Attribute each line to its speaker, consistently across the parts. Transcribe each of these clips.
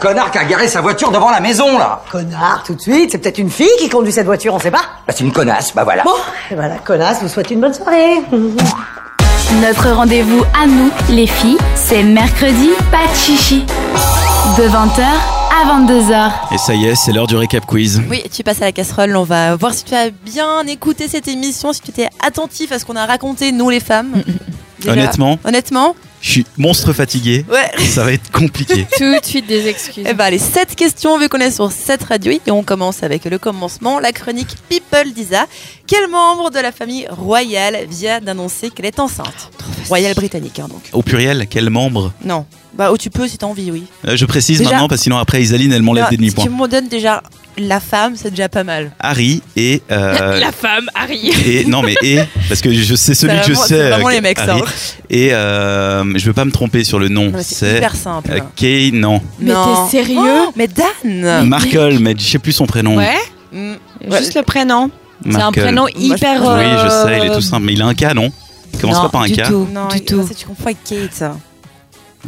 Speaker 1: connard qui a garé sa voiture devant la maison, là
Speaker 2: Connard, tout de suite. C'est peut-être une fille qui conduit cette voiture, on sait pas.
Speaker 1: Bah, c'est une connasse, bah voilà.
Speaker 2: Bon, et ben la connasse vous souhaite une bonne soirée.
Speaker 3: Notre rendez-vous à nous, les filles, c'est mercredi, pas de chichi. De 20h à 22h.
Speaker 4: Et ça y est, c'est l'heure du récap quiz.
Speaker 5: Oui, tu passes à la casserole. On va voir si tu as bien écouté cette émission, si tu étais attentif à ce qu'on a raconté, nous les femmes. Déjà.
Speaker 4: Honnêtement,
Speaker 5: Mm, Honnêtement
Speaker 4: je suis monstre fatigué.
Speaker 5: Ouais.
Speaker 4: Ça va être compliqué.
Speaker 6: Tout de suite des excuses.
Speaker 5: Eh ben, les 7 questions, vu qu'on est sur 7 radios, et on commence avec le commencement, la chronique People d'Isa. Quel membre de la famille royale vient d'annoncer qu'elle est enceinte Royale britannique, hein, donc.
Speaker 4: Au pluriel, quel membre
Speaker 5: Non. Bah, ou tu peux si t'as envie, oui.
Speaker 4: Euh, Je précise
Speaker 5: Déjà-
Speaker 4: maintenant parce que sinon après Isaline elle m'enlève
Speaker 5: Là,
Speaker 4: des
Speaker 5: si
Speaker 4: demi-points.
Speaker 5: tu me donnes déjà la femme, c'est déjà pas mal.
Speaker 4: Harry et euh,
Speaker 6: La femme, Harry.
Speaker 4: et non mais et parce que je sais celui
Speaker 5: C'est
Speaker 4: que je
Speaker 5: vraiment-
Speaker 4: sais.
Speaker 5: Bah, c'est vraiment
Speaker 4: euh,
Speaker 5: les mecs, ça,
Speaker 4: Harry.
Speaker 5: hein.
Speaker 4: Et euh, je veux pas me tromper sur le nom.
Speaker 5: Non, mais C'est
Speaker 4: C'est
Speaker 5: hyper simple.
Speaker 4: euh, Kay, non.
Speaker 6: Mais
Speaker 5: Non.
Speaker 6: t'es sérieux
Speaker 5: Oh, Mais Dan
Speaker 4: Markle, mais je sais plus son prénom.
Speaker 6: Ouais.
Speaker 5: Mm,
Speaker 6: Juste le prénom. C'est un
Speaker 4: Markle.
Speaker 6: prénom
Speaker 5: je-
Speaker 6: hyper.
Speaker 4: euh, Oui, je
Speaker 6: euh,
Speaker 4: sais, il est tout simple. Mais il a un K, non Il commence
Speaker 6: non,
Speaker 4: pas par un
Speaker 6: du
Speaker 4: K.
Speaker 6: Tout,
Speaker 5: Non,
Speaker 6: du
Speaker 5: il- ah,
Speaker 6: tout.
Speaker 5: ça, tu confonds avec Kate.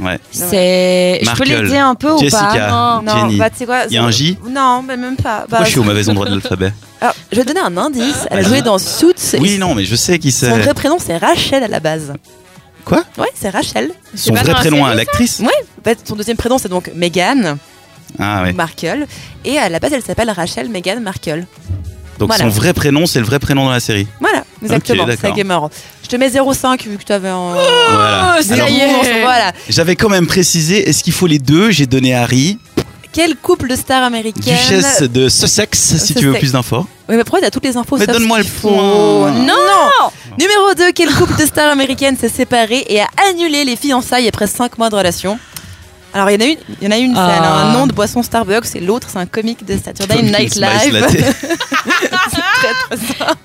Speaker 4: Ouais.
Speaker 6: C'est. Je peux
Speaker 4: Markle,
Speaker 6: l'aider un peu ou pas
Speaker 4: Jessica,
Speaker 6: Non.
Speaker 5: Non,
Speaker 4: Jenny.
Speaker 5: Oh, bah, tu sais quoi
Speaker 4: Il y a un J
Speaker 5: Non, mais même pas. Bah,
Speaker 4: Pourquoi je suis au mauvais endroit de l'alphabet
Speaker 5: Alors, je vais te donner un indice. Elle a
Speaker 4: Vas-y.
Speaker 5: joué dans Suits. et
Speaker 4: Oui, non, mais je sais qui
Speaker 5: Son vrai
Speaker 4: c'est.
Speaker 5: prénom, c'est Rachel à la base.
Speaker 4: Quoi
Speaker 5: Ouais, c'est Rachel.
Speaker 4: Son
Speaker 6: pas
Speaker 4: vrai
Speaker 6: dans la
Speaker 4: prénom
Speaker 6: série,
Speaker 4: à l'actrice
Speaker 5: En fait, son deuxième prénom, c'est donc Meghan
Speaker 4: Ah ouais.
Speaker 5: Markle. Et à la base, elle s'appelle Rachel Meghan Markle.
Speaker 4: Donc
Speaker 5: Voilà.
Speaker 4: son vrai prénom, c'est le vrai prénom dans la série.
Speaker 5: Voilà, exactement.
Speaker 4: d'accord. Oh,
Speaker 5: c'est gamer. Je te mets 0,5 vu que tu avais un.
Speaker 4: Voilà.
Speaker 5: Oh,
Speaker 6: ça
Speaker 4: Alors,
Speaker 6: y est.
Speaker 5: voilà.
Speaker 4: J'avais quand même précisé, est-ce qu'il faut les deux J'ai donné Harry,
Speaker 5: Quel couple de stars américaines
Speaker 4: duchesse de Sussex, si tu veux
Speaker 5: Oh, Sussex.
Speaker 4: plus d'infos.
Speaker 5: Oui, mais pourquoi t'as toutes les infos
Speaker 4: Mais
Speaker 5: sauf ce
Speaker 4: donne-moi
Speaker 5: qu'il
Speaker 4: le
Speaker 5: faut
Speaker 4: point.
Speaker 5: Non, non Numéro 2, quel couple de stars américaines s'est séparé et a annulé les fiançailles après 5 mois de relation alors, il y en a une, il y en a une c'est elle a
Speaker 6: Ah.
Speaker 5: un nom de boisson Starbucks et l'autre, c'est un comique de Saturday
Speaker 4: Pumpkin
Speaker 5: Night
Speaker 4: Spice
Speaker 5: Live.
Speaker 4: Latte.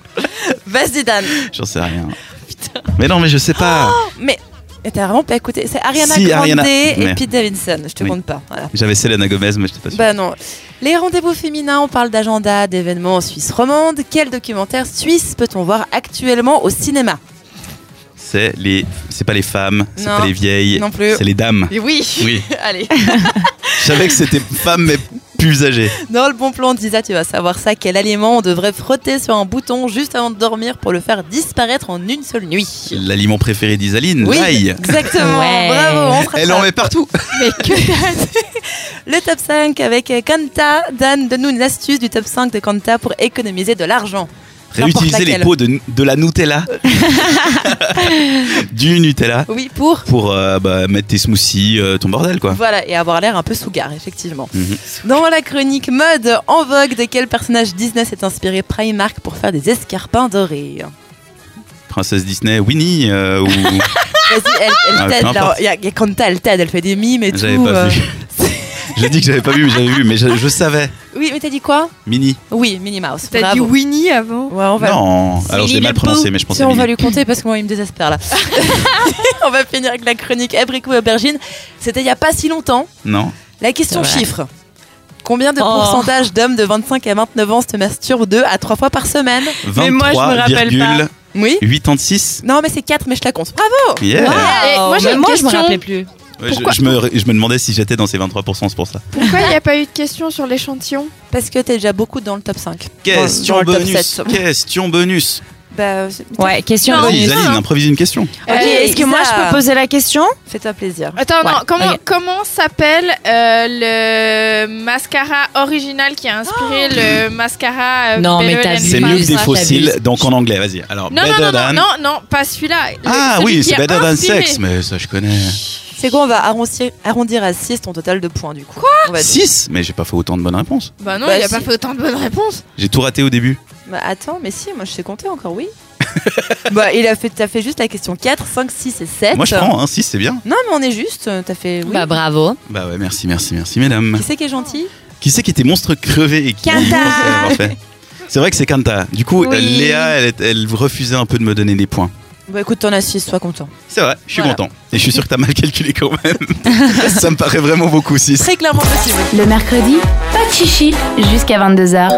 Speaker 5: Vas-y, Dan.
Speaker 4: J'en sais rien.
Speaker 5: Oh,
Speaker 4: Mais non, mais je sais pas.
Speaker 5: Mais mais t'as vraiment pas écouté. C'est Ariana
Speaker 4: Si,
Speaker 5: Grande
Speaker 4: Ariana-
Speaker 5: et
Speaker 4: Mais-
Speaker 5: Pete Davidson. Je te
Speaker 4: Oui.
Speaker 5: compte pas. Voilà.
Speaker 4: J'avais Selena Gomez, mais je pas sûr.
Speaker 5: Bah non. Les rendez-vous féminins, on parle d'agenda, d'événements en Suisse romande. Quel documentaire suisse peut-on voir actuellement au cinéma
Speaker 4: C'est les, c'est pas les femmes, c'est
Speaker 5: Non.
Speaker 4: pas les vieilles,
Speaker 5: Non plus.
Speaker 4: c'est les dames.
Speaker 5: Et oui.
Speaker 4: Oui.
Speaker 5: Allez.
Speaker 4: Je savais que c'était femmes mais plus âgées.
Speaker 5: Dans le bon plan d'Isa, tu vas savoir ça. Quel aliment on devrait frotter sur un bouton juste avant de dormir pour le faire disparaître en une seule nuit
Speaker 4: L'aliment préféré d'Isaline,
Speaker 5: Oui,
Speaker 4: l'ail.
Speaker 5: exactement.
Speaker 6: Ouais.
Speaker 5: Bravo. On se
Speaker 4: Elle
Speaker 5: rattrape.
Speaker 4: en met partout.
Speaker 6: Mais que dalle.
Speaker 5: Le top 5 avec Kanta. Dan, donne-nous une astuce du top 5 de Kanta pour économiser de l'argent. N'importe
Speaker 4: Réutiliser les
Speaker 5: laquelle.
Speaker 4: pots de, de la Nutella. du Nutella
Speaker 5: Oui, pour
Speaker 4: pour euh, bah, mettre tes smoothies, euh, ton bordel quoi.
Speaker 5: Voilà, et avoir l'air un peu sougar, effectivement.
Speaker 4: Mhm.
Speaker 5: Dans la chronique mode en vogue, de quel personnage Disney s'est inspiré Primark pour faire des escarpins dorés
Speaker 4: Princesse Disney, Winnie euh, ou
Speaker 5: Vas-y, elle, elle
Speaker 4: Ah, peu
Speaker 5: t'aide. là.
Speaker 4: importe.
Speaker 5: Il y a- il y a Kanta, elle t'aide, elle fait des mimes et tout.
Speaker 4: j'avais pas
Speaker 5: euh.
Speaker 4: vu. J'ai dit que j'avais pas vu, mais j'avais vu, mais je, je savais.
Speaker 5: Oui, mais t'as dit quoi
Speaker 4: Mini.
Speaker 5: Oui, Minnie Mouse.
Speaker 6: T'as
Speaker 5: bravo.
Speaker 6: dit Winnie avant
Speaker 5: Ouais, on va.
Speaker 4: Non, alors je l'ai
Speaker 6: Winnie
Speaker 4: mal
Speaker 6: le Pooh.
Speaker 4: prononcé, mais je pensais.
Speaker 5: Si, on
Speaker 4: Mini.
Speaker 5: va lui compter parce que moi il me désespère là. on va finir avec la chronique abricot et aubergine. C'était il y a pas si longtemps.
Speaker 4: Non.
Speaker 5: La question
Speaker 6: C'est vrai.
Speaker 5: chiffre. Combien de
Speaker 6: Oh.
Speaker 5: pourcentage d'hommes de 25 à 29 ans se masturbent 2 à 3 fois par semaine
Speaker 6: Mais moi, je me rappelle pas.
Speaker 4: 23,86.
Speaker 5: Oui. Non, mais c'est 4, mais je la compte. Bravo
Speaker 4: Yeah.
Speaker 6: Et Eh, moi, j'ai
Speaker 7: mais
Speaker 6: une
Speaker 7: moi, je me
Speaker 6: question.
Speaker 7: rappelais
Speaker 6: plus.
Speaker 4: Ouais, je-
Speaker 7: Pourquoi
Speaker 4: je, me, je me demandais si j'étais dans ces 23%, c'est pour ça.
Speaker 7: Pourquoi il n'y a pas eu de question sur l'échantillon
Speaker 5: Parce que t'es déjà beaucoup dans le top 5.
Speaker 4: Question
Speaker 5: dans, dans le top
Speaker 4: bonus.
Speaker 5: 7.
Speaker 4: Question bonus.
Speaker 5: Bah, euh, c'est-
Speaker 6: Ouais, question.
Speaker 4: Vas-y, Isaline, improvise une question.
Speaker 5: Ok,
Speaker 6: Est-ce que moi,
Speaker 5: Isa.
Speaker 6: je peux poser la question
Speaker 5: Fais-toi plaisir.
Speaker 7: Attends, non,
Speaker 6: Ouais,
Speaker 7: comment,
Speaker 6: ok.
Speaker 7: comment s'appelle euh, le mascara original qui a inspiré
Speaker 6: Oh.
Speaker 7: le mascara euh,
Speaker 6: Non, mais
Speaker 7: Better
Speaker 6: t'as
Speaker 7: Than
Speaker 6: vu.
Speaker 4: C'est
Speaker 7: Fine
Speaker 4: mieux que des
Speaker 6: ça,
Speaker 4: fossiles,
Speaker 6: t'abuses.
Speaker 4: donc en anglais, vas-y. Alors,
Speaker 7: Non,
Speaker 4: better
Speaker 7: non, non, non,
Speaker 4: than.
Speaker 7: non, non, pas celui-là. Le-
Speaker 4: Ah
Speaker 7: celui
Speaker 4: oui,
Speaker 7: qui
Speaker 4: c'est
Speaker 7: a
Speaker 4: better than
Speaker 7: inspiré.
Speaker 4: sex, mais ça je connais.
Speaker 5: C'est quoi On va arrondir, arrondir à 6 ton total de points du coup. Quoi on va dire.
Speaker 4: 6 Mais j'ai pas fait autant de bonnes réponses.
Speaker 7: Bah non,
Speaker 5: Bah,
Speaker 7: il a
Speaker 5: si.
Speaker 7: pas fait autant de bonnes réponses.
Speaker 4: J'ai tout raté au début.
Speaker 5: Bah, attends, mais si, moi je sais compter encore, oui. bah, il a fait, t'as fait juste la question 4, 5, 6 et 7.
Speaker 4: Moi je prends, hein, 6 c'est bien.
Speaker 5: Non, mais on est juste, euh, t'as fait. Oui.
Speaker 6: Bah, bravo.
Speaker 4: Bah ouais, merci, merci, merci mesdames.
Speaker 5: qui c'est qui est gentil
Speaker 4: Qui c'est qui était monstre crevé et qui
Speaker 5: Kanta.
Speaker 4: je pensais l'avoir fait C'est vrai que c'est Kanta. Du coup,
Speaker 7: Oui.
Speaker 4: euh, Léa, elle, est- elle refusait un peu de me donner des points.
Speaker 5: Bah écoute, t'en as 6, sois content.
Speaker 4: C'est vrai, je suis
Speaker 5: Voilà.
Speaker 4: content. Et je suis sûr que t'as mal calculé quand même. ça me paraît vraiment beaucoup, 6.
Speaker 5: Très clairement possible.
Speaker 3: Le mercredi, pas de chichi jusqu'à 22h.